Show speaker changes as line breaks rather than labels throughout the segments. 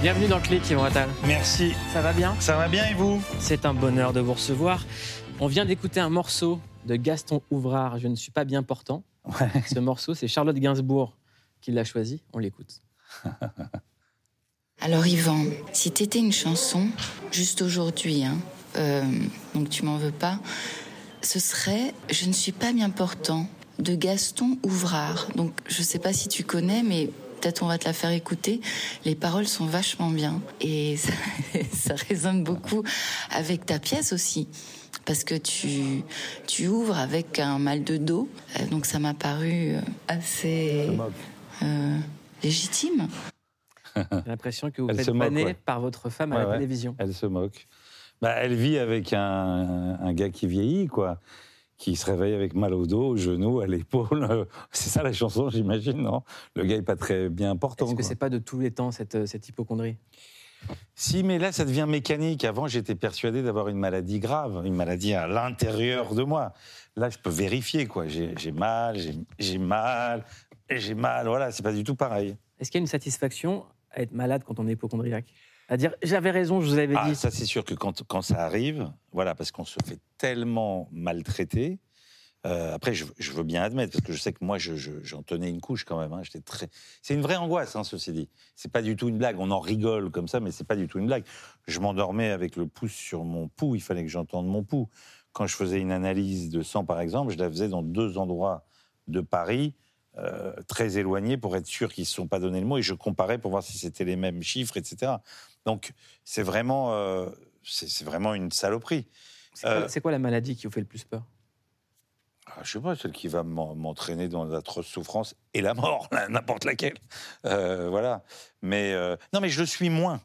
Bienvenue dans Click, Yvan Attal.
Merci.
Ça va bien
Ça va bien et vous
C'est un bonheur de vous recevoir. On vient d'écouter un morceau de Gaston Ouvrard, Je ne suis pas bien portant. Ce morceau, c'est Charlotte Gainsbourg qui l'a choisi. On l'écoute.
Alors Yvan, si t'étais une chanson, juste aujourd'hui, hein, euh, donc tu m'en veux pas, ce serait Je ne suis pas bien portant de Gaston Ouvrard. Donc je sais pas si tu connais, mais peut-être on va te la faire écouter. Les paroles sont vachement bien et ça, ça résonne beaucoup avec ta pièce aussi. Parce que tu, tu ouvres avec un mal de dos, Euh, donc ça m'a paru euh, assez euh, légitime.
J'ai l'impression que vous
Ah. Elle
faites
se moque,
paner
ouais.
par votre femme à
Ouais,
la
ouais.
télévision.
Elle se moque. Bah, elle vit avec un, un gars qui vieillit, quoi. Qui se réveille avec mal au dos, au genou, à l'épaule. C'est ça la chanson, j'imagine, non Le gars est pas très bien portant.
Est-ce que
quoi.
c'est pas de tous les temps cette, euh, cette hypochondrie
Si, mais là, ça devient mécanique. Avant, j'étais persuadé d'avoir une maladie grave, une maladie à l'intérieur de moi. Là, je peux vérifier, quoi. J'ai j'ai mal, j'ai- j'ai mal, et j'ai mal. Voilà, c'est pas du tout pareil.
Est-ce qu'il y a une satisfaction à être malade quand on est hypochondriaque À dire j'avais raison, je vous avais
Ah,
dit.
ça, c'est sûr que quand, quand ça arrive, voilà, parce qu'on se fait tellement maltraiter. euh, après, je, je veux bien admettre, parce que je sais que moi, je- je- j'en tenais une couche quand même. hein. J'étais très. C'est une vraie angoisse, hein, ceci dit. C'est pas du tout une blague. On en rigole comme ça, mais c'est pas du tout une blague. Je m'endormais avec le pouce sur mon pouls. Il fallait que j'entende mon pouls. Quand je faisais une analyse de sang, par exemple, je la faisais dans deux endroits de Paris. euh, très éloignés pour être sûr qu'ils ne se sont pas donné le mot et je comparais pour voir si c'était les mêmes chiffres, etc. Donc c'est vraiment, euh, c'est c'est vraiment une saloperie.
C'est quoi-
euh,
c'est quoi la maladie qui vous fait le plus peur
Ah, je sais pas, celle qui va m'en- m'entraîner dans d'atroces souffrances et la mort, là, n'importe laquelle. Euh, voilà. Mais euh, non, mais je le suis moins.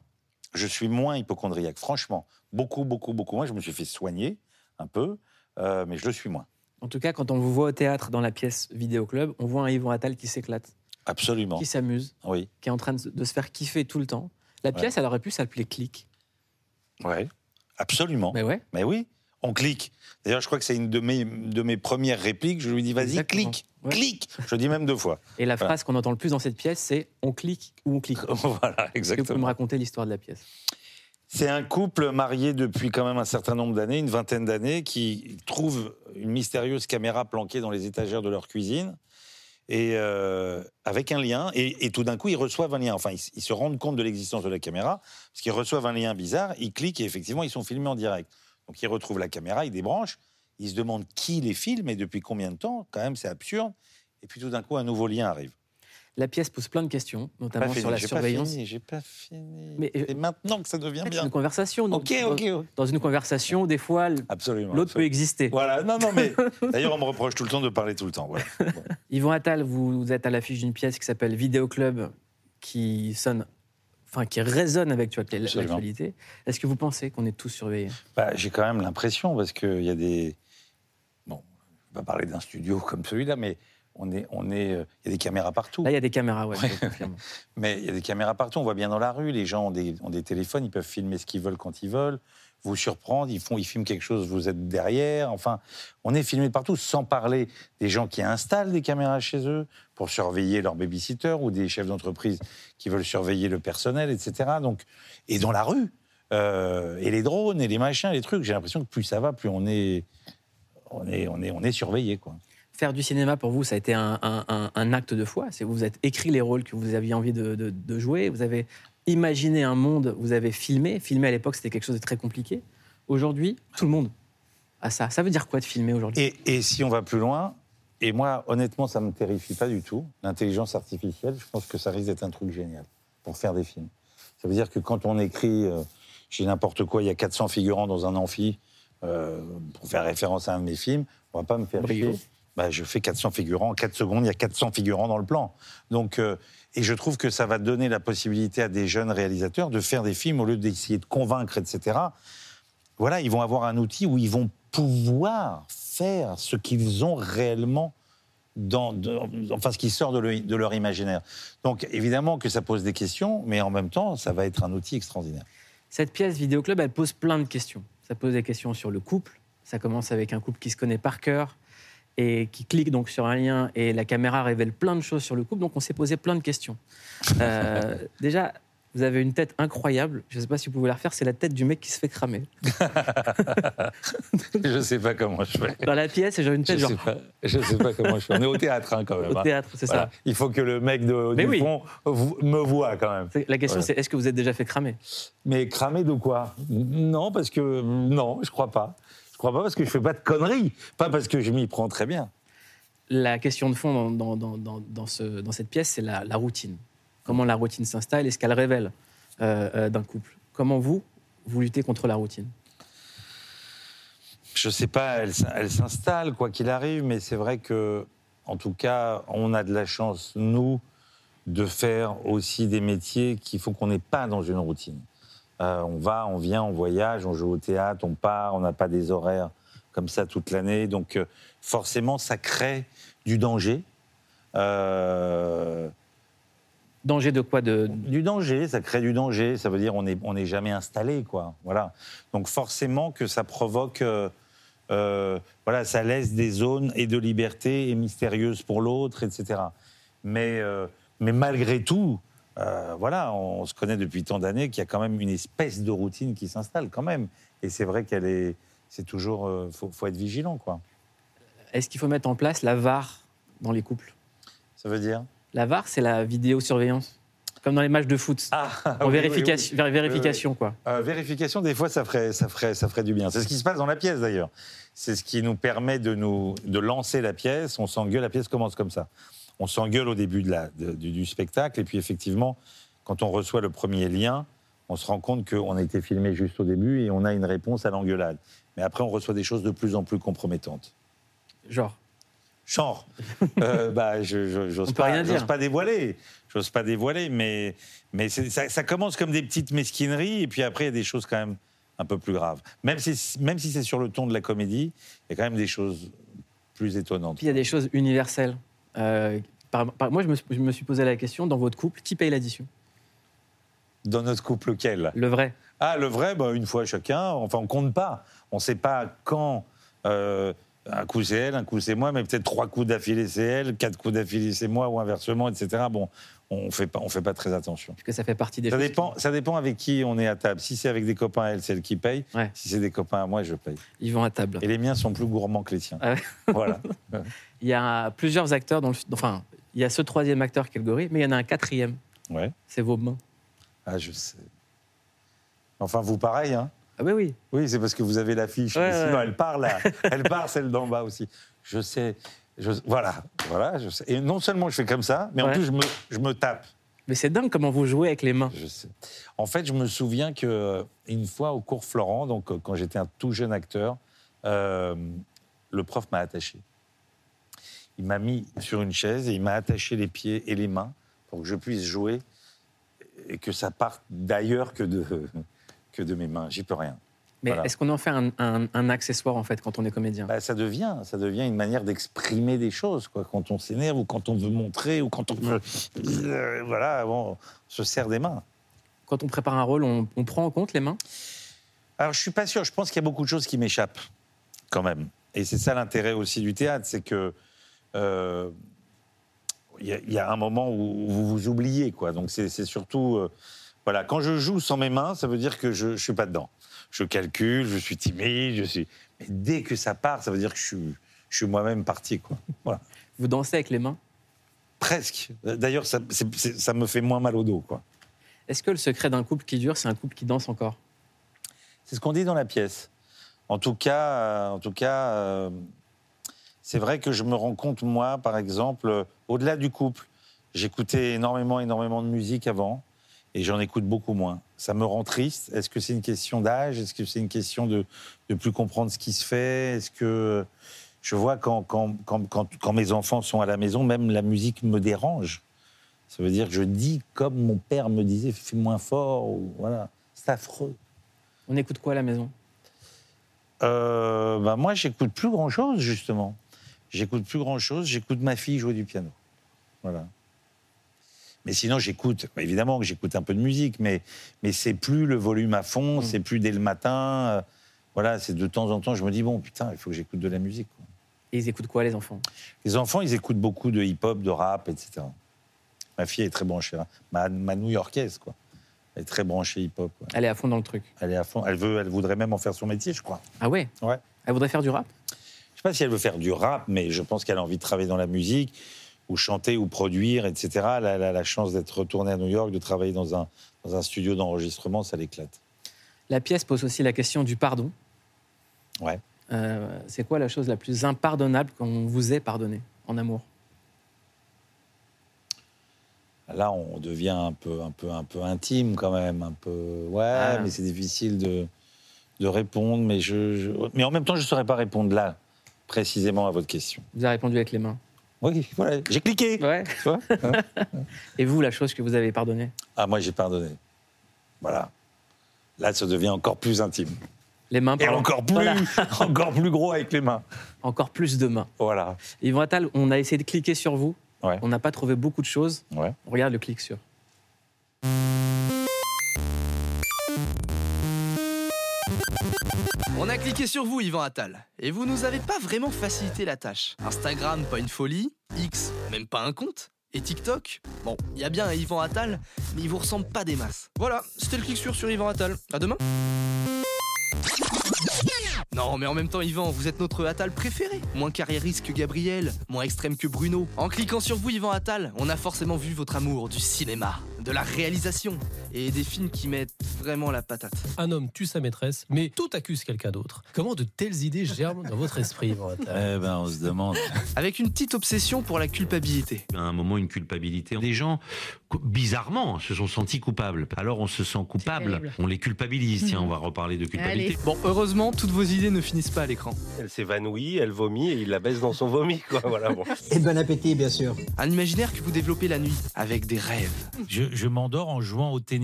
Je suis moins hypochondriaque, franchement. Beaucoup, beaucoup, beaucoup moins. Je me suis fait soigner un peu, euh, mais je le suis moins.
En tout cas, quand on vous voit au théâtre dans la pièce Vidéo Club, on voit un Yvon Attal qui s'éclate,
Absolument.
qui s'amuse,
Oui.
qui est en train de se- de se faire kiffer tout le temps. La
Ouais.
pièce, elle aurait pu s'appeler Click.
Ouais. Absolument.
Mais ouais.
Mais oui, on clique. D'ailleurs, je crois que c'est une de mes, de mes premières répliques. Je lui dis, vas-y,
Exactement.
clique,
Ouais.
clique. Je dis même deux fois.
Et la
Voilà.
phrase qu'on entend le plus dans cette pièce, c'est on clique ou on clique. Est-ce
voilà,
que vous pouvez me
exactement.
raconter l'histoire de la pièce
C'est un couple marié depuis quand même un certain nombre d'années, une vingtaine d'années, qui trouve une mystérieuse caméra planquée dans les étagères de leur cuisine, et euh, avec un lien. Et, et tout d'un coup, ils reçoivent un lien. Enfin, ils, s- ils se rendent compte de l'existence de la caméra, parce qu'ils reçoivent un lien bizarre, ils cliquent, et effectivement, ils sont filmés en direct. Donc, ils retrouvent la caméra, ils débranchent, ils se demandent qui les filme et depuis combien de temps. Quand même, c'est absurde. Et puis tout d'un coup, un nouveau lien arrive.
La pièce pose plein de questions,
Pas
notamment
fini,
sur la
j'ai pas
surveillance.
fini, J'ai pas fini.
Mais, euh,
C'est maintenant que ça devient
C'est une
bien.
conversation. donc,
Ok,
dans-
ok, ok.
Dans une conversation, des fois, l-
Absolument.
l'autre peut
absolument.
exister.
Voilà, non, non, mais d'ailleurs, on me reproche tout le temps de parler tout le temps. voilà. Bon.
Yvon Attal, vous, vous êtes à l'affiche d'une pièce qui s'appelle Vidéo Club, qui sonne, enfin qui résonne avec tu vois,
Absolument.
l'actualité. Est-ce que vous pensez qu'on est tous surveillés
Bah, J'ai quand même l'impression, parce qu'il y a des. Bon, on va parler d'un studio comme celui-là, mais on est, on est, euh, il y a des caméras partout.
Là, il y a des caméras, ouais. je confirme.
Mais il y a des caméras partout, on voit bien dans la rue, les gens ont des, ont des téléphones, ils peuvent filmer ce qu'ils veulent quand ils veulent, vous surprendre, ils, font, ils filment quelque chose, vous êtes derrière, enfin, on est filmé de partout, sans parler des gens qui installent des caméras chez eux pour surveiller leurs babysitters ou des chefs d'entreprise qui veulent surveiller le personnel, etc. Donc, et dans la rue, euh, et les drones, et les machins, les trucs, j'ai l'impression que plus ça va, plus on est, on est, on est, on est surveillé, quoi.
Faire du cinéma pour vous, ça a été un, un- un- un acte de foi. C'est vous vous êtes écrit les rôles que vous aviez envie de, de- de jouer. Vous avez imaginé un monde. Vous avez filmé. Filmer à l'époque, c'était quelque chose de très compliqué. Aujourd'hui, tout le monde a ça. Ça veut dire quoi de filmer aujourd'hui
Et, et si on va plus loin, et moi, honnêtement, ça ne me terrifie pas du tout. L'intelligence artificielle, je pense que ça risque d'être un truc génial pour faire des films. Ça veut dire que quand on écrit, euh, j'ai n'importe quoi, il y a 400 figurants dans un amphi, euh, pour faire référence à un de mes films, on va pas me faire
Brio.
chier. Bah, je fais 400 figurants, en 4 secondes, il y a 400 figurants dans le plan. Donc, euh, et je trouve que ça va donner la possibilité à des jeunes réalisateurs de faire des films au lieu d'essayer de convaincre, etc voilà, ils vont avoir un outil où ils vont pouvoir faire ce qu'ils ont réellement dans, dans- enfin ce qui sort de, le- de leur imaginaire. Donc évidemment que ça pose des questions, mais en même temps, ça va être un outil extraordinaire.
Cette pièce Vidéo Club, elle pose plein de questions. Ça pose des questions sur le couple. Ça commence avec un couple qui se connaît par cœur et qui clique donc sur un lien et la caméra révèle plein de choses sur le couple. Donc on s'est posé plein de questions. Euh, déjà, Vous avez une tête incroyable. Je ne sais pas si vous pouvez la refaire. C'est la tête du mec qui se fait cramer.
Je sais pas comment je fais.
Dans la pièce, et j'ai une
Je
tête genre
sais, pas, je sais pas comment je fais. On est au théâtre hein, quand même.
au
hein.
théâtre, c'est
Voilà.
ça.
Il faut que le mec de,
Mais
du
oui.
fond vous- me voit quand même.
C'est- La question,
Voilà.
c'est est-ce que vous êtes déjà fait cramer
Mais cramé de quoi Non, parce que non, je crois pas. Je crois pas parce que je fais pas de conneries, pas parce que je m'y prends très bien.
La question de fond dans, dans- dans- dans- dans ce- dans cette pièce, c'est la, la routine. Comment la routine s'installe et ce qu'elle révèle euh, euh, d'un couple. Comment vous, vous luttez contre la routine
Je sais pas, elle, s'in- elle s'installe quoi qu'il arrive, mais c'est vrai que en tout cas, on a de la chance nous de faire aussi des métiers qu'il faut qu'on n'est pas dans une routine. Euh, on va, on vient, on voyage, on joue au théâtre, on part, on n'a pas des horaires comme ça toute l'année. Donc euh, forcément, ça crée du danger. Euh,
Danger de quoi de,
Du danger, ça crée du danger. Ça veut dire on n'est on n'est jamais installé, quoi. Voilà. Donc forcément que ça provoque, euh, euh, voilà, ça laisse des zones et de liberté et mystérieuses pour l'autre, etc. Mais euh, mais malgré tout, euh, voilà, on, se connaît depuis tant d'années qu'il y a quand même une espèce de routine qui s'installe quand même. Et c'est vrai qu'elle est, c'est toujours, euh, faut, faut être vigilant, quoi.
Est-ce qu'il faut mettre en place la VAR dans les couples
Ça veut dire.
La VAR, c'est la vidéosurveillance. Comme dans les matchs de foot.
Ah,
en
oui, oui, oui.
vérification, vérification quoi.
Euh, vérification, des fois, ça ferait, ça, ferait, ça ferait du bien. C'est ce qui se passe dans la pièce, d'ailleurs. C'est ce qui nous permet de, nous, de lancer la pièce. On s'engueule, la pièce commence comme ça. On s'engueule au début de la, de- du, du spectacle, et puis effectivement, quand on reçoit le premier lien, on se rend compte qu'on a été filmé juste au début et on a une réponse à l'engueulade. Mais après, on reçoit des choses de plus en plus compromettantes.
Genre.
Genre, euh, bah, je, je- j'ose
On peut
pas,
rien
j'ose
dire.
pas dévoiler, j'ose pas dévoiler, mais mais c'est- ça, ça commence comme des petites mesquineries et puis après il y a des choses quand même un peu plus graves. Même si même si c'est sur le ton de la comédie, il y a quand même des choses plus étonnantes.
Puis il y a des choses universelles. Euh, par- par- moi, je me, suis- je me suis posé la question dans votre couple, qui paye l'addition
Dans notre couple, lequel
Le vrai.
Ah, le vrai, bah, une fois chacun. Enfin, on compte pas. On ne sait pas quand. euh, un coup c'est elle, un coup c'est moi, mais peut-être trois coups d'affilée c'est elle, quatre coups d'affilée c'est moi, ou inversement, etc. Bon, on fait pas, on fait pas très attention.
Parce que ça fait partie des
Ça
choses.
dépend, ça dépend avec qui on est à table. Si c'est avec des copains à elle, c'est elle qui paye.
Ouais.
Si c'est des copains à moi, je paye.
Ils vont à table.
Et les miens sont plus gourmands que les tiens.
Ah ouais.
Voilà.
Il y a plusieurs acteurs dans le. Enfin, il y a ce troisième acteur qui est le gorille, mais il y en a un quatrième.
Ouais.
C'est vos mains.
Ah, je sais. Enfin, vous pareil, hein
Ah, oui, oui.
Oui, c'est parce que vous avez l'affiche.
Ouais,
Mais Sinon,
ouais.
elle part là. Elle part, celle d'en bas aussi. Je sais. Je- voilà. Voilà. Je sais. Et non seulement je fais comme ça, mais en
Ouais.
plus, je me, je me tape.
Mais c'est dingue comment vous jouez avec les mains.
Je sais. En fait, je me souviens que euh, une fois au cours Florent, donc euh, quand j'étais un tout jeune acteur, euh, le prof m'a attaché. Il m'a mis sur une chaise et il m'a attaché les pieds et les mains pour que je puisse jouer et que ça parte d'ailleurs que de que de mes mains. J'y peux rien.
Mais
Voilà.
est-ce qu'on en fait un, un- un accessoire, en fait, quand on est comédien
Bah, ça devient, ça devient une manière d'exprimer des choses, quoi. Quand on s'énerve ou quand on veut montrer ou quand on veut, Euh, voilà, bon, on se serre des mains.
Quand on prépare un rôle, on, on prend en compte les mains
Alors, je suis pas sûr. Je pense qu'il y a beaucoup de choses qui m'échappent, quand même. Et c'est ça l'intérêt aussi du théâtre, c'est que euh, il y, a- il y a un moment où vous vous oubliez, quoi. Donc, c'est c'est surtout, euh, voilà, quand je joue sans mes mains, ça veut dire que je, je suis pas dedans. Je calcule, je suis timide, je suis. Mais dès que ça part, ça veut dire que je suis, je suis moi-même parti, quoi. Voilà.
Vous dansez avec les mains
Presque. D'ailleurs, ça, c'est- c'est- ça me fait moins mal au dos, quoi.
Est-ce que le secret d'un couple qui dure, c'est un couple qui danse encore
C'est ce qu'on dit dans la pièce. En tout cas, euh, en tout cas, euh, c'est vrai que je me rends compte moi, par exemple, euh, au-delà du couple, j'écoutais énormément, énormément de musique avant, et j'en écoute beaucoup moins. Ça me rend triste. Est-ce que c'est une question d'âge Est-ce que c'est une question de de plus comprendre ce qui se fait Est-ce que euh, je vois quand quand, quand, quand quand mes enfants sont à la maison, même la musique me dérange. Ça veut dire que je dis comme mon père me disait, fais moins fort. Ou, voilà, c'est affreux.
On écoute quoi à la maison
Euh, bah moi, j'écoute plus grand chose, justement. J'écoute plus grand chose, j'écoute ma fille jouer du piano. Voilà. Mais sinon, j'écoute, bah, évidemment que j'écoute un peu de musique, mais, mais c'est plus le volume à fond,
Mm.
c'est plus dès le matin. euh, voilà, c'est de temps en temps, je me dis, bon, putain, il faut que j'écoute de la musique. quoi.
Et ils écoutent quoi, les enfants
Les enfants, ils écoutent beaucoup de hip-hop, de rap, etc. Ma fille est très branchée, hein. ma, ma new-yorkaise, quoi. Elle est très branchée hip-hop. quoi.
Elle est à fond dans le truc.
Elle est à fond. Elle veut, elle voudrait même en faire son métier, je crois.
Ah ouais
Ouais.
Elle voudrait faire du rap
Je sais pas si elle veut faire du rap, mais je pense qu'elle a envie de travailler dans la musique, ou chanter, ou produire, etc. Elle a, elle a la chance d'être retournée à New York, de travailler dans un, dans un studio d'enregistrement, ça l'éclate.
La pièce pose aussi la question du pardon.
Ouais.
Euh, c'est quoi la chose la plus impardonnable qu'on vous ait pardonné en amour
Là, on devient un peu, un peu, un peu intime quand même, un peu. Ouais,
Ah.
mais c'est difficile de, de répondre, mais je, je- mais en même temps, je saurais pas répondre là précisément à votre question.
Vous avez répondu avec les mains.
Oui, voilà, j'ai cliqué.
Ouais.
Tu vois Hein
Et vous, la chose que vous avez pardonnée
ah, moi, j'ai pardonné. Voilà. Là, ça devient encore plus intime.
Les mains,
Et
pardon.
encore plus,
Voilà.
encore plus gros avec les mains.
Encore plus de mains.
Voilà.
Yvan Attal, on a essayé de cliquer sur vous.
Ouais.
On n'a pas trouvé beaucoup de choses.
Ouais.
On regarde le clic sur.
On a cliqué sur vous, Yvan Attal, et vous nous avez pas vraiment facilité la tâche. Instagram, pas une folie, X, même pas un compte, et TikTok, bon, il y a bien un Yvan Attal, mais il vous ressemble pas des masses. Voilà, c'était le clic sur sur Yvan Attal. À demain. Non, mais en même temps, Yvan, vous êtes notre Attal préféré. Moins carriériste que Gabriel, moins extrême que Bruno. En cliquant sur vous, Yvan Attal, on a forcément vu votre amour du cinéma, de la réalisation et des films qui mettent vraiment la patate.
Un homme tue sa maîtresse, mais tout accuse quelqu'un d'autre. Comment de telles idées germent dans votre esprit, Yvan Attal
Eh ben, on se demande.
Avec une petite obsession pour la culpabilité.
à un moment une culpabilité. Les gens, co- bizarrement, hein, se sont sentis coupables. Alors on se sent coupable,
terrible.
on les culpabilise. Tiens,
Mhm.
on va reparler de culpabilité.
Allez.
Bon, heureusement, toutes vos idées ne finissent pas à l'écran.
Elle s'évanouit, elle vomit et il la baisse dans son vomi, quoi. Voilà, bon.
Et bon appétit, bien sûr.
Un imaginaire que vous développez la nuit, avec des rêves.
Je, je m'endors en jouant au tennis.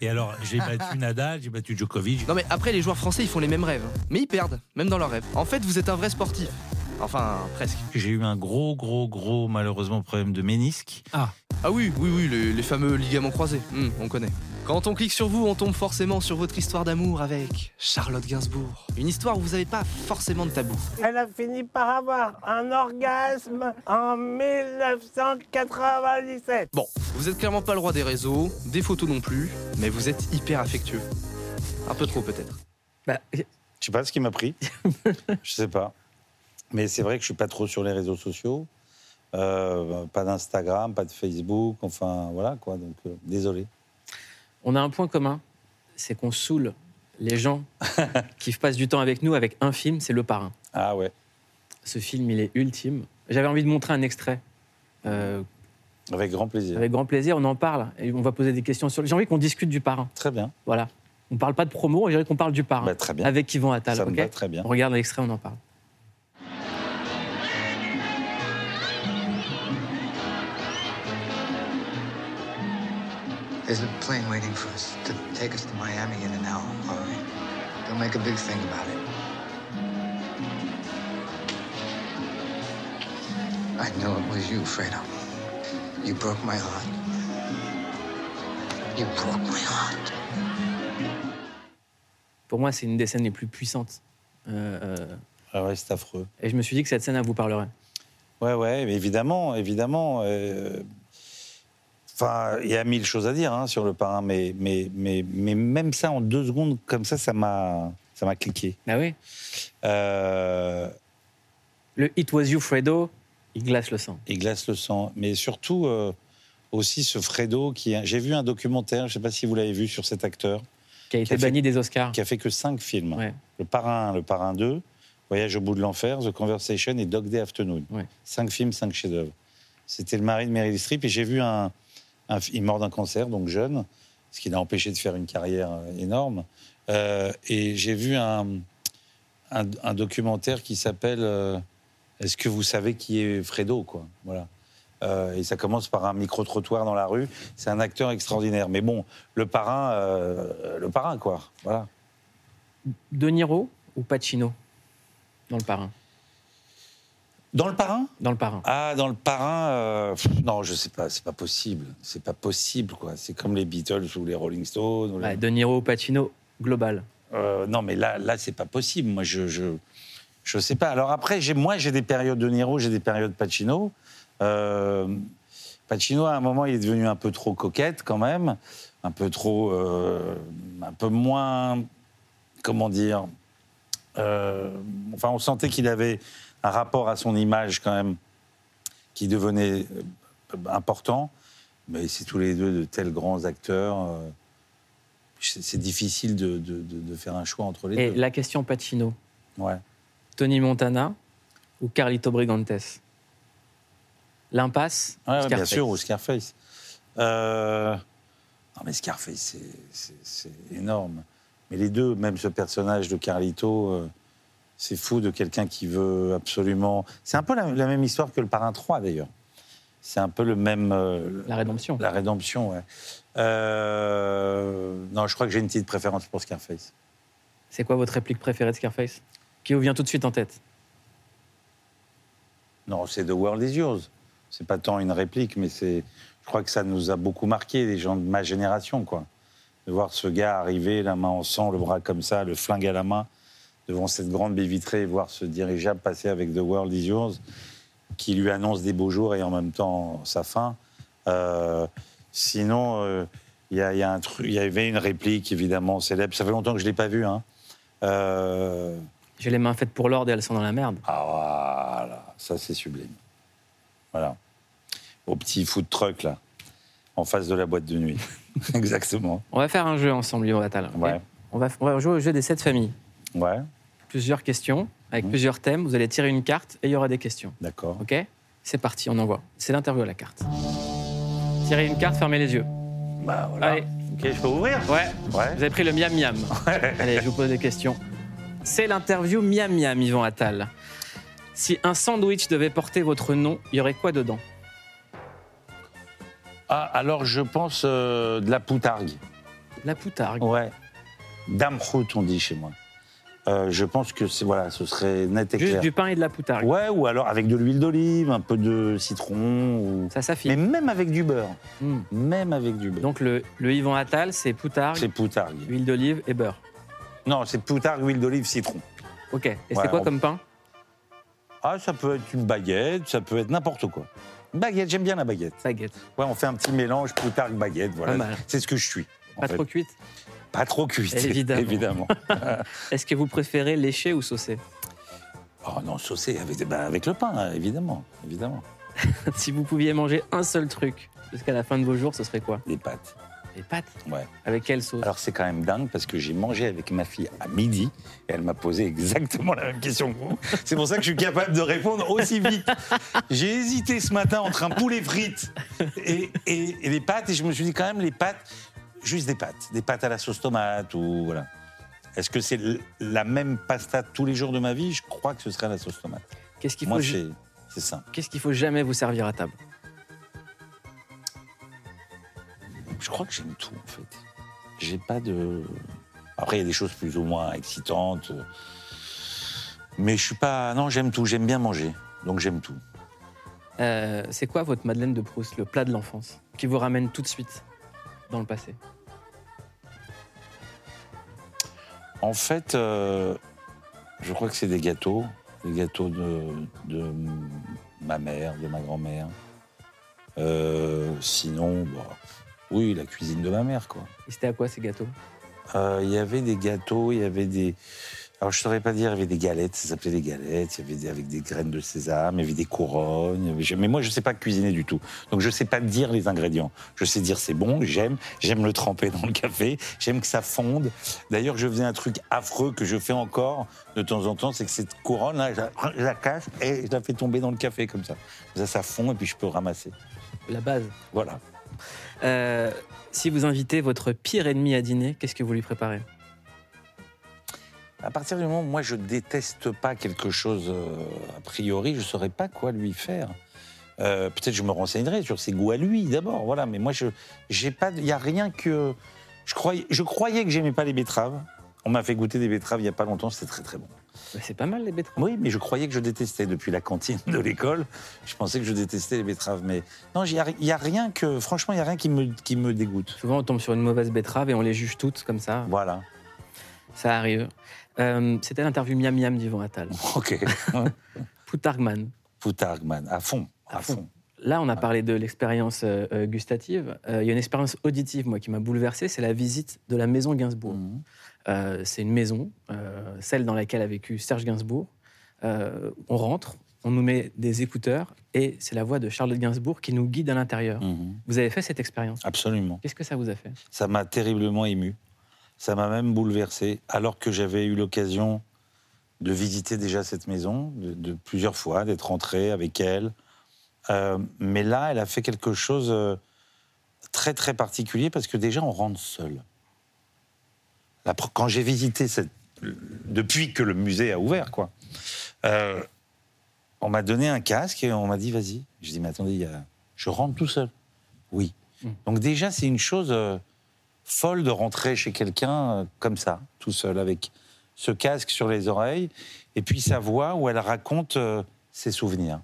Et alors, j'ai battu Nadal, j'ai battu Djokovic.
Non mais après, les joueurs français, ils font les mêmes rêves. hein. Mais ils perdent, même dans leurs rêves. En fait, vous êtes un vrai sportif. Enfin, presque.
J'ai eu un gros, gros, gros, malheureusement, problème de ménisque.
Ah oui, oui, oui, les, les fameux ligaments croisés, Hmm, on connaît. Quand on clique sur vous, on tombe forcément sur votre histoire d'amour avec Charlotte Gainsbourg. Une histoire où vous n'avez pas forcément de tabou.
Elle a fini par avoir un orgasme en 1997.
Bon, vous êtes clairement pas le roi des réseaux, des photos non plus, mais vous êtes hyper affectueux. Un peu trop peut-être.
Bah,
Je sais pas ce qui m'a pris. je sais pas. Mais c'est vrai que je suis pas trop sur les réseaux sociaux. Euh, pas d'Instagram, pas de Facebook, enfin voilà quoi. Donc euh, désolé.
on a un point commun, c'est qu'on saoule les gens qui passent du temps avec nous avec un film, c'est Le Parrain.
Ah ouais.
Ce film, il est ultime. J'avais envie de montrer un extrait. euh,
Avec grand plaisir.
avec grand plaisir, on en parle et on va poser des questions sur. J'ai envie qu'on discute du parrain.
Très bien.
Voilà. On parle pas de promo, j'ai envie qu'on parle du parrain.
Bah, très bien.
Avec Yvan Attal.
Ça
ok
me va très bien.
On regarde l'extrait, on en parle.
There's a plane waiting for us to take us to Miami in an hour, all right? Don't make a big thing about it. I knew it was you, Fredo. You broke my heart. You broke my heart.
Pour moi, c'est une des scènes les plus puissantes. Euh, euh,
Ah ouais, c'est affreux.
et je me suis dit que cette scène, elle vous parlerait.
Ouais, ouais, mais évidemment, évidemment. euh, Enfin, il y a mille choses à dire hein, sur le parrain, mais, mais, mais, mais même ça, en deux secondes, comme ça, ça m'a ça m'a cliqué.
Ah oui
Euh,
Le It Was You, Fredo, il glace le sang.
Il glace le sang. Mais surtout, euh, aussi ce Fredo qui. J'ai vu un documentaire, je ne sais pas si vous l'avez vu, sur cet acteur,
Qui a été
a fait-
banni des Oscars.
qui a fait que cinq films.
Ouais.
Le Parrain 1, Le Parrain 2, Voyage au bout de l'enfer, The Conversation et Dog Day Afternoon.
Ouais.
Cinq films, cinq chefs-d'œuvre. C'était le mari de Meryl Streep et j'ai vu un, un. Il est mort d'un cancer, donc jeune, ce qui l'a empêché de faire une carrière euh, énorme. Euh, et j'ai vu un, un, un documentaire qui s'appelle euh, Est-ce que vous savez qui est Fredo quoi voilà. Euh, et ça commence par un micro-trottoir dans la rue. C'est un acteur extraordinaire. Mais bon, le parrain, euh, le parrain, quoi. Voilà.
De Niro ou Pacino Dans le parrain.
Dans le parrain
Dans le parrain.
Ah, dans le parrain, euh, pff, non, je sais pas, c'est pas possible. C'est pas possible, quoi. C'est comme les Beatles ou les Rolling Stones. ou les-
Ouais, de Niro ou Pacino, global.
Euh, non, mais là, là, c'est pas possible. Moi, je, je, je sais pas. Alors après, j'ai, moi, j'ai des périodes de Niro, j'ai des périodes Pacino. Euh, Pacino, à un moment, il est devenu un peu trop coquette quand même, un peu trop, euh, un peu moins, comment dire, euh, enfin, on sentait qu'il avait un rapport à son image quand même qui devenait euh, important. Mais c'est tous les deux de tels grands acteurs. euh, c'est c'est difficile de, de- de- de faire un choix entre les
Et
deux.
la question Pacino,
Ouais.
Tony Montana ou Carlito Brigantes L'impasse
Ouais, ouais, bien
Scarface.
sûr, ou Scarface. Euh, Non, mais Scarface, c'est- c'est- c'est énorme. Mais les deux, même ce personnage de Carlito, euh, c'est fou de quelqu'un qui veut absolument. C'est un peu la, la même histoire que le Parrain 3, d'ailleurs. C'est un peu le même. euh,
La rédemption.
La rédemption, ouais. Euh, Non, je crois que j'ai une petite préférence pour Scarface.
C'est quoi votre réplique préférée de Scarface Qui vous vient tout de suite en tête
Non, c'est The World is Yours. C'est pas tant une réplique, mais c'est. Je crois que ça nous a beaucoup marqué, les gens de ma génération, quoi. De voir ce gars arriver, la main en sang, le bras comme ça, le flingue à la main, devant cette grande baie vitrée, et voir ce dirigeable passer avec The World is Yours, qui lui annonce des beaux jours et en même temps sa fin. Euh, sinon, euh, il y, a- il y a un truc- il y avait une réplique, évidemment, célèbre. Ça fait longtemps que je l'ai pas vue, hein. Euh,
J'ai les mains faites pour l'ordre et elles sont dans la merde.
ah, voilà, ça c'est sublime. Voilà. Au petit food truck, là, en face de la boîte de nuit. Exactement.
On va faire un jeu ensemble, Yvan Attal. ok
Ouais.
On, va, on va jouer au jeu des sept familles.
Ouais,
Plusieurs questions, avec
Mhm.
plusieurs thèmes. Vous allez tirer une carte et il y aura des questions.
d'accord.
Ok C'est parti, on envoie. C'est l'interview à la carte. Tirez une carte, fermez les yeux.
Bah voilà.
Allez.
Ok, je peux ouvrir
Ouais,
Ouais.
vous avez pris le miam miam. Allez, je vous pose des questions. C'est l'interview miam miam, Yvan Attal. Si un sandwich devait porter votre nom, il y aurait quoi dedans
Ah, alors je pense euh, de la poutargue.
La poutargue.
Ouais. Dame route, on dit chez moi. Euh, je pense que c'est voilà, ce serait net et
Juste
clair.
du pain et de la poutargue.
Ouais, ou alors avec de l'huile d'olive, un peu de citron. Ou...
Ça
Mais
s'affine.
même avec du beurre.
Hmm.
Même avec du beurre.
Donc le, le Yvan Attal, c'est poutargue,
c'est poutargue.
huile d'olive et beurre.
Non, c'est poutargue, huile d'olive, citron.
Ok. Et
Ouais,
c'est quoi
on-
comme pain
Ah, ça peut être une baguette, ça peut être n'importe quoi. Une Baguette, j'aime bien la baguette.
Baguette.
Ouais, on fait un petit mélange poutargue baguette,
Pas
voilà.
mal.
C'est ce que je suis. en
Pas
fait.
trop cuite.
pas trop cuit,
Évidemment.
évidemment.
Est-ce que vous préférez lécher ou saucer
oh non, saucé avec, bah, avec le pain, hein, évidemment, évidemment.
Si vous pouviez manger un seul truc jusqu'à la fin de vos jours, ce serait quoi
Les pâtes.
Les pâtes
Ouais.
Avec quelle sauce
Alors c'est quand même dingue parce que j'ai mangé avec ma fille à midi et elle m'a posé exactement la même question que vous. C'est pour ça que je suis capable de répondre aussi vite. J'ai hésité ce matin entre un poulet frites et, et- et les pâtes et je me suis dit quand même les pâtes, juste des pâtes, des pâtes à la sauce tomate ou voilà. Est-ce que c'est l- la même pasta tous les jours de ma vie Je crois que ce serait la sauce tomate.
Qu'est-ce qu'il faut,
Moi
ju-
c'est c'est ça.
qu'est-ce qu'il faut jamais vous servir à table
Je crois que j'aime tout en fait. J'ai pas de. Après, il y a des choses plus ou moins excitantes. euh, Mais je suis pas. Non, j'aime tout. J'aime bien manger. Donc j'aime tout.
Euh, C'est quoi votre Madeleine de Proust, le plat de l'enfance, qui vous ramène tout de suite dans le passé
En fait, euh, je crois que c'est des gâteaux. Des gâteaux de, de ma mère, de ma grand-mère. Euh, sinon, bah, oui, la cuisine de ma mère, quoi.
Et C'était à quoi ces gâteaux
Euh, Il y avait des gâteaux, il y avait des. Alors, je ne saurais pas dire, il y avait des galettes, ça s'appelait des galettes, il y avait des, avec des graines de sésame, il y avait des couronnes. il y avait- je- Mais moi, je ne sais pas cuisiner du tout. Donc, je ne sais pas dire les ingrédients. Je sais dire c'est bon, j'aime, j'aime le tremper dans le café, j'aime que ça fonde. D'ailleurs, je faisais un truc affreux que je fais encore de temps en temps, c'est que cette couronne-là, je, la- je la cache et je la fais tomber dans le café comme ça. Ça, ça fond et puis je peux ramasser.
La base.
Voilà.
Euh, si vous invitez votre pire ennemi à dîner, qu'est-ce que vous lui préparez
À partir du moment où moi je déteste pas quelque chose euh, a priori, je saurais pas quoi lui faire. Euh, Peut-être je me renseignerai sur ses goûts à lui d'abord, voilà. Mais moi je j'ai pas, il y a rien que je croyais, je croyais que j'aimais pas les betteraves. On m'a fait goûter des betteraves il y a pas longtemps, c'était très très bon.
Bah, C'est pas mal les betteraves.
Oui, mais je croyais que je détestais depuis la cantine de l'école. Je pensais que je détestais les betteraves, mais non, il y, a- il y a rien que, franchement, il y a rien qui me qui me dégoûte.
Souvent, on tombe sur une mauvaise betterave et on les juge toutes comme ça.
Voilà.
Ça arrive. Euh, C'était l'interview Miam Miam d'Yvan Attal.
Ok.
Poutargman,
Poutargman, à fond, à,
À fond.
fond.
Là, on a parlé de l'expérience euh, euh, gustative. Euh, Il y a une expérience auditive, moi, qui m'a bouleversé, c'est la visite de la maison Gainsbourg.
Mhm.
Euh, c'est une maison, euh, celle dans laquelle a vécu Serge Gainsbourg. Euh, on rentre, on nous met des écouteurs, et c'est la voix de Charlotte Gainsbourg qui nous guide à l'intérieur.
Mhm.
Vous avez fait cette expérience.
Absolument.
Qu'est-ce que ça vous a fait
Ça m'a terriblement ému. Ça m'a même bouleversé, alors que j'avais eu l'occasion de visiter déjà cette maison de, de plusieurs fois, d'être rentré avec elle. Euh, mais là, elle a fait quelque chose euh, très très particulier parce que déjà on rentre seul. La pre- quand j'ai visité cette, depuis que le musée a ouvert, quoi, euh, on m'a donné un casque et on m'a dit vas-y. Je dis mais attendez, il y a- je rentre tout seul. Oui.
Mm.
Donc déjà c'est une chose euh, folle de rentrer chez quelqu'un euh, comme ça, tout seul, avec ce casque sur les oreilles et puis sa voix où elle raconte euh, ses souvenirs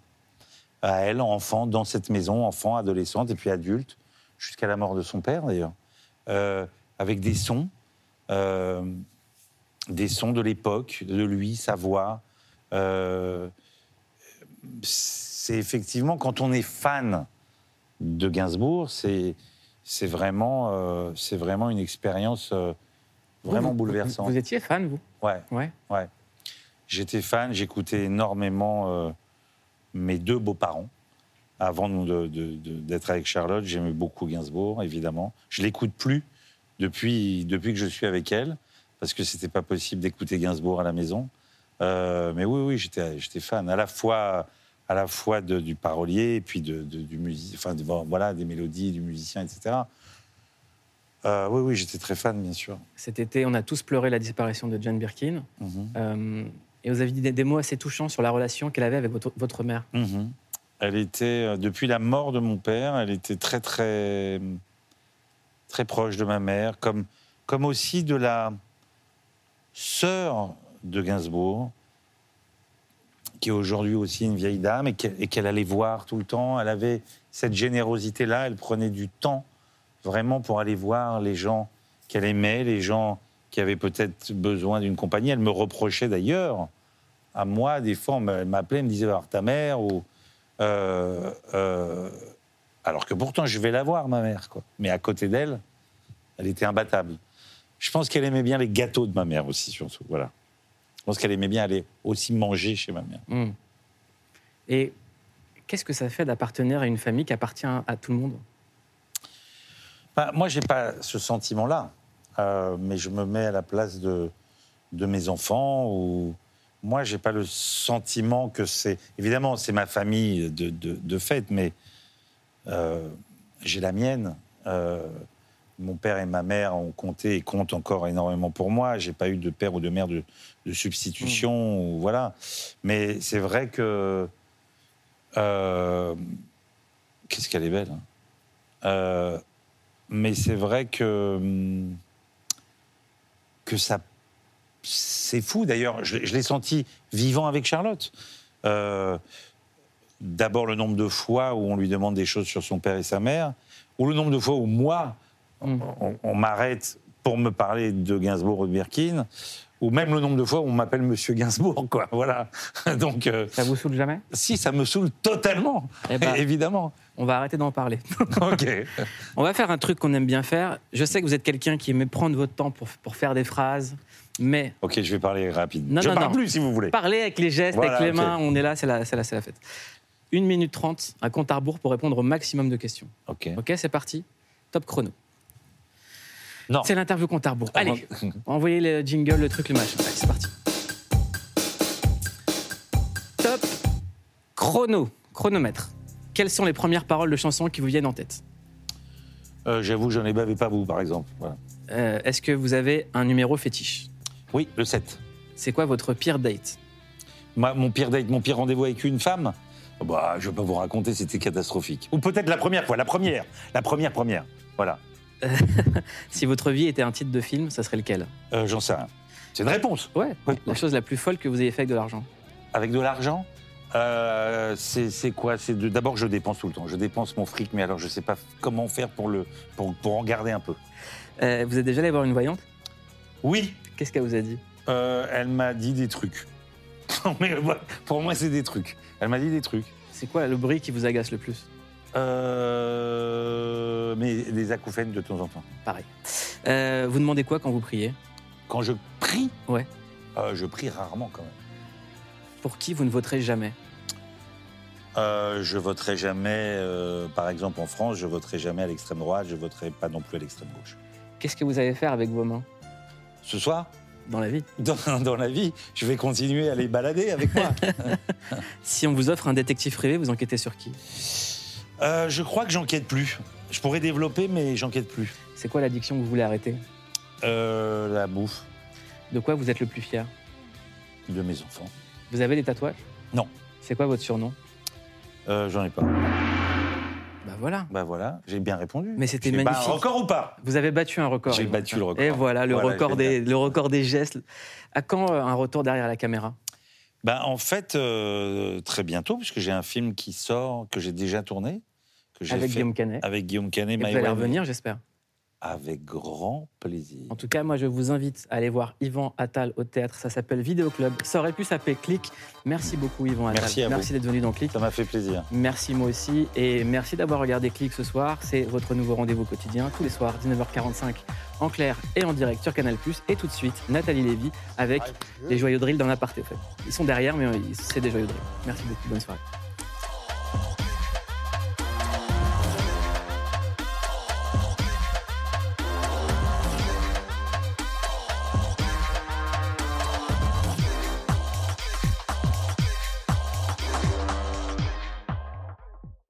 à elle, enfant, dans cette maison, enfant, adolescente et puis adulte, jusqu'à la mort de son père d'ailleurs, Euh, avec des sons, euh, des sons de l'époque, de lui, sa voix. Euh, c'est effectivement, quand on est fan de Gainsbourg, c'est c'est vraiment, euh, c'est vraiment une expérience euh, vraiment
Vous- vous-
bouleversante.
Vous étiez fan, vous
Ouais.
Ouais.
Ouais. J'étais fan, j'écoutais énormément euh, mes deux beaux-parents. Avant de- de- de- d'être avec Charlotte, j'aimais beaucoup Gainsbourg, évidemment. Je l'écoute plus depuis, depuis que je suis avec elle, parce que c'était pas possible d'écouter Gainsbourg à la maison. Euh, mais oui, oui, j'étais j'étais fan, à la fois, à la fois de- du parolier, et puis de, de- du music, enfin, de- bon, voilà, des mélodies, du musicien, etc. Euh, oui, oui, j'étais très fan, bien sûr.
Cet été, on a tous pleuré la disparition de Jane Birkin.
Mhm.
Euh, et vous avez dit des, des mots assez touchants sur la relation qu'elle avait avec votre, votre mère.
Mhm. Elle était, euh, depuis la mort de mon père, elle était très, très, très proche de ma mère, comme, comme aussi de la sœur de Gainsbourg, qui est aujourd'hui aussi une vieille dame et qu'elle et qu'elle allait voir tout le temps. Elle avait cette générosité-là, elle prenait du temps vraiment pour aller voir les gens qu'elle aimait, les gens qui avaient peut-être besoin d'une compagnie. Elle me reprochait d'ailleurs à moi, des fois, on me- elle m'appelait, elle me disait Alors, ta mère ou. euh, euh, alors que pourtant, je vais la voir, ma mère. Quoi. Mais à côté d'elle, elle était imbattable. Je pense qu'elle aimait bien les gâteaux de ma mère aussi, surtout. Voilà. Je pense qu'elle aimait bien aller aussi manger chez ma mère.
Mm. Et qu'est-ce que ça fait d'appartenir à une famille qui appartient à tout le monde
Bah, moi, j'ai pas ce sentiment-là, Euh, mais je me mets à la place de, de mes enfants. Ou moi, j'ai pas le sentiment que c'est. Évidemment, c'est ma famille de, de, de fait, mais euh, j'ai la mienne. Euh, mon père et ma mère ont compté et comptent encore énormément pour moi. J'ai pas eu de père ou de mère de, de substitution, ou voilà. Mais c'est vrai que. euh, Qu'est-ce qu'elle est belle. hein. Euh, mais c'est vrai que hum, que ça c'est fou d'ailleurs je, je l'ai senti vivant avec Charlotte Euh, d'abord le nombre de fois où on lui demande des choses sur son père et sa mère ou le nombre de fois où moi
Mm.
on, on m'arrête pour me parler de Gainsbourg ou de Birkin ou même le nombre de fois où on m'appelle Monsieur Gainsbourg quoi voilà donc euh,
Ça vous saoule jamais
si ça me saoule totalement
Eh ben,
évidemment
on va arrêter d'en parler.
ok
On va faire un truc qu'on aime bien faire. Je sais que vous êtes quelqu'un qui aime prendre votre temps pour, pour faire des phrases, mais
ok je vais parler rapide
Non,
je
non,
parle
non.
plus si vous voulez
parler avec les gestes,
Voilà,
avec les
ok.
mains, on est là, c'est la, c'est la, c'est la fête. Une minute 30, un compte à rebours pour répondre au maximum de questions.
ok
Ok, c'est parti. Top chrono.
Non. Ah,
C'est l'interview compte à rebours. Allez, envoyez le jingle, le truc, le machin. Allez, c'est parti. Top chrono, chronomètre. Quelles sont les premières paroles de chansons qui vous viennent en tête
Euh, J'avoue, j'en ai bavé pas vous, par exemple. Voilà.
Euh, Est-ce que vous avez un numéro fétiche
Oui, le 7.
C'est quoi votre pire date
Ma- mon pire date, mon pire rendez-vous avec une femme bah, Je vais pas vous raconter, c'était catastrophique. Ou peut-être la première fois, la première. La première, première. Voilà.
Si votre vie était un titre de film, ça serait lequel
Euh, J'en sais rien. C'est une réponse.
Ouais.
Oui.
La chose la plus folle que vous ayez fait avec de l'argent.
Avec de l'argent euh, c'est c'est quoi C'est de- d'abord je dépense tout le temps. Je dépense mon fric, mais alors je sais pas comment faire pour le pour, pour en garder un peu.
Euh, vous êtes déjà allé voir une voyante
Oui,
Qu'est-ce qu'elle vous a dit
euh, elle m'a dit des trucs. Non, mais, ouais, pour moi c'est des trucs. Elle m'a dit des trucs.
C'est quoi le bruit qui vous agace le plus
Euh, mais des acouphènes de temps en temps.
Euh, vous demandez quoi quand vous priez
Quand je prie,
Ouais.
euh, je prie rarement quand même.
Pour qui vous ne voterez jamais
Euh, je voterai jamais, euh, par exemple en France, je voterai jamais à l'extrême droite, je voterai pas non plus à l'extrême gauche.
Qu'est-ce que vous allez faire avec vos mains
Ce soir,
dans la vie
dans, dans la vie, je vais continuer à les balader avec moi.
Si on vous offre un détective privé, vous enquêtez sur qui
Euh, je crois que j'enquête plus. Je pourrais développer, mais j'enquête plus.
C'est quoi l'addiction que vous voulez arrêter
Euh, la bouffe
De quoi vous êtes le plus fier
de mes enfants.
Vous avez des tatouages
Non.
C'est quoi votre surnom
Euh, J'en ai pas.
Bah voilà.
Bah voilà, j'ai bien répondu.
Mais c'était
J'ai
magnifique.
Pas un record ou pas
Vous avez battu un record.
J'ai
Yvan.
battu le record.
Et voilà, le,
Voilà,
record des,
génial.
le record des gestes. À quand euh, un retour derrière la caméra
Bah, en fait, euh, très bientôt, puisque j'ai un film qui sort, que j'ai déjà tourné, que j'ai
Avec
fait
Guillaume Canet.
avec Guillaume Canet.
Et vous
My
allez
Way.
revenir, j'espère.
Avec grand plaisir.
En tout cas, moi, je vous invite à aller voir Yvan Attal au théâtre. Ça s'appelle Vidéo Club. Ça aurait pu s'appeler Click. Merci beaucoup, Yvan Attal.
Merci à vous.
d'être venu dans Click.
Ça m'a fait plaisir.
Merci moi aussi et merci d'avoir regardé Click ce soir. C'est votre nouveau rendez-vous quotidien tous les soirs 19h45 en clair et en direct sur Canal+. Et tout de suite, Nathalie Lévy avec les joyaux drill dans l'aparté. en fait. Ils sont derrière mais euh, c'est des joyaux drill. Merci beaucoup, bonne soirée.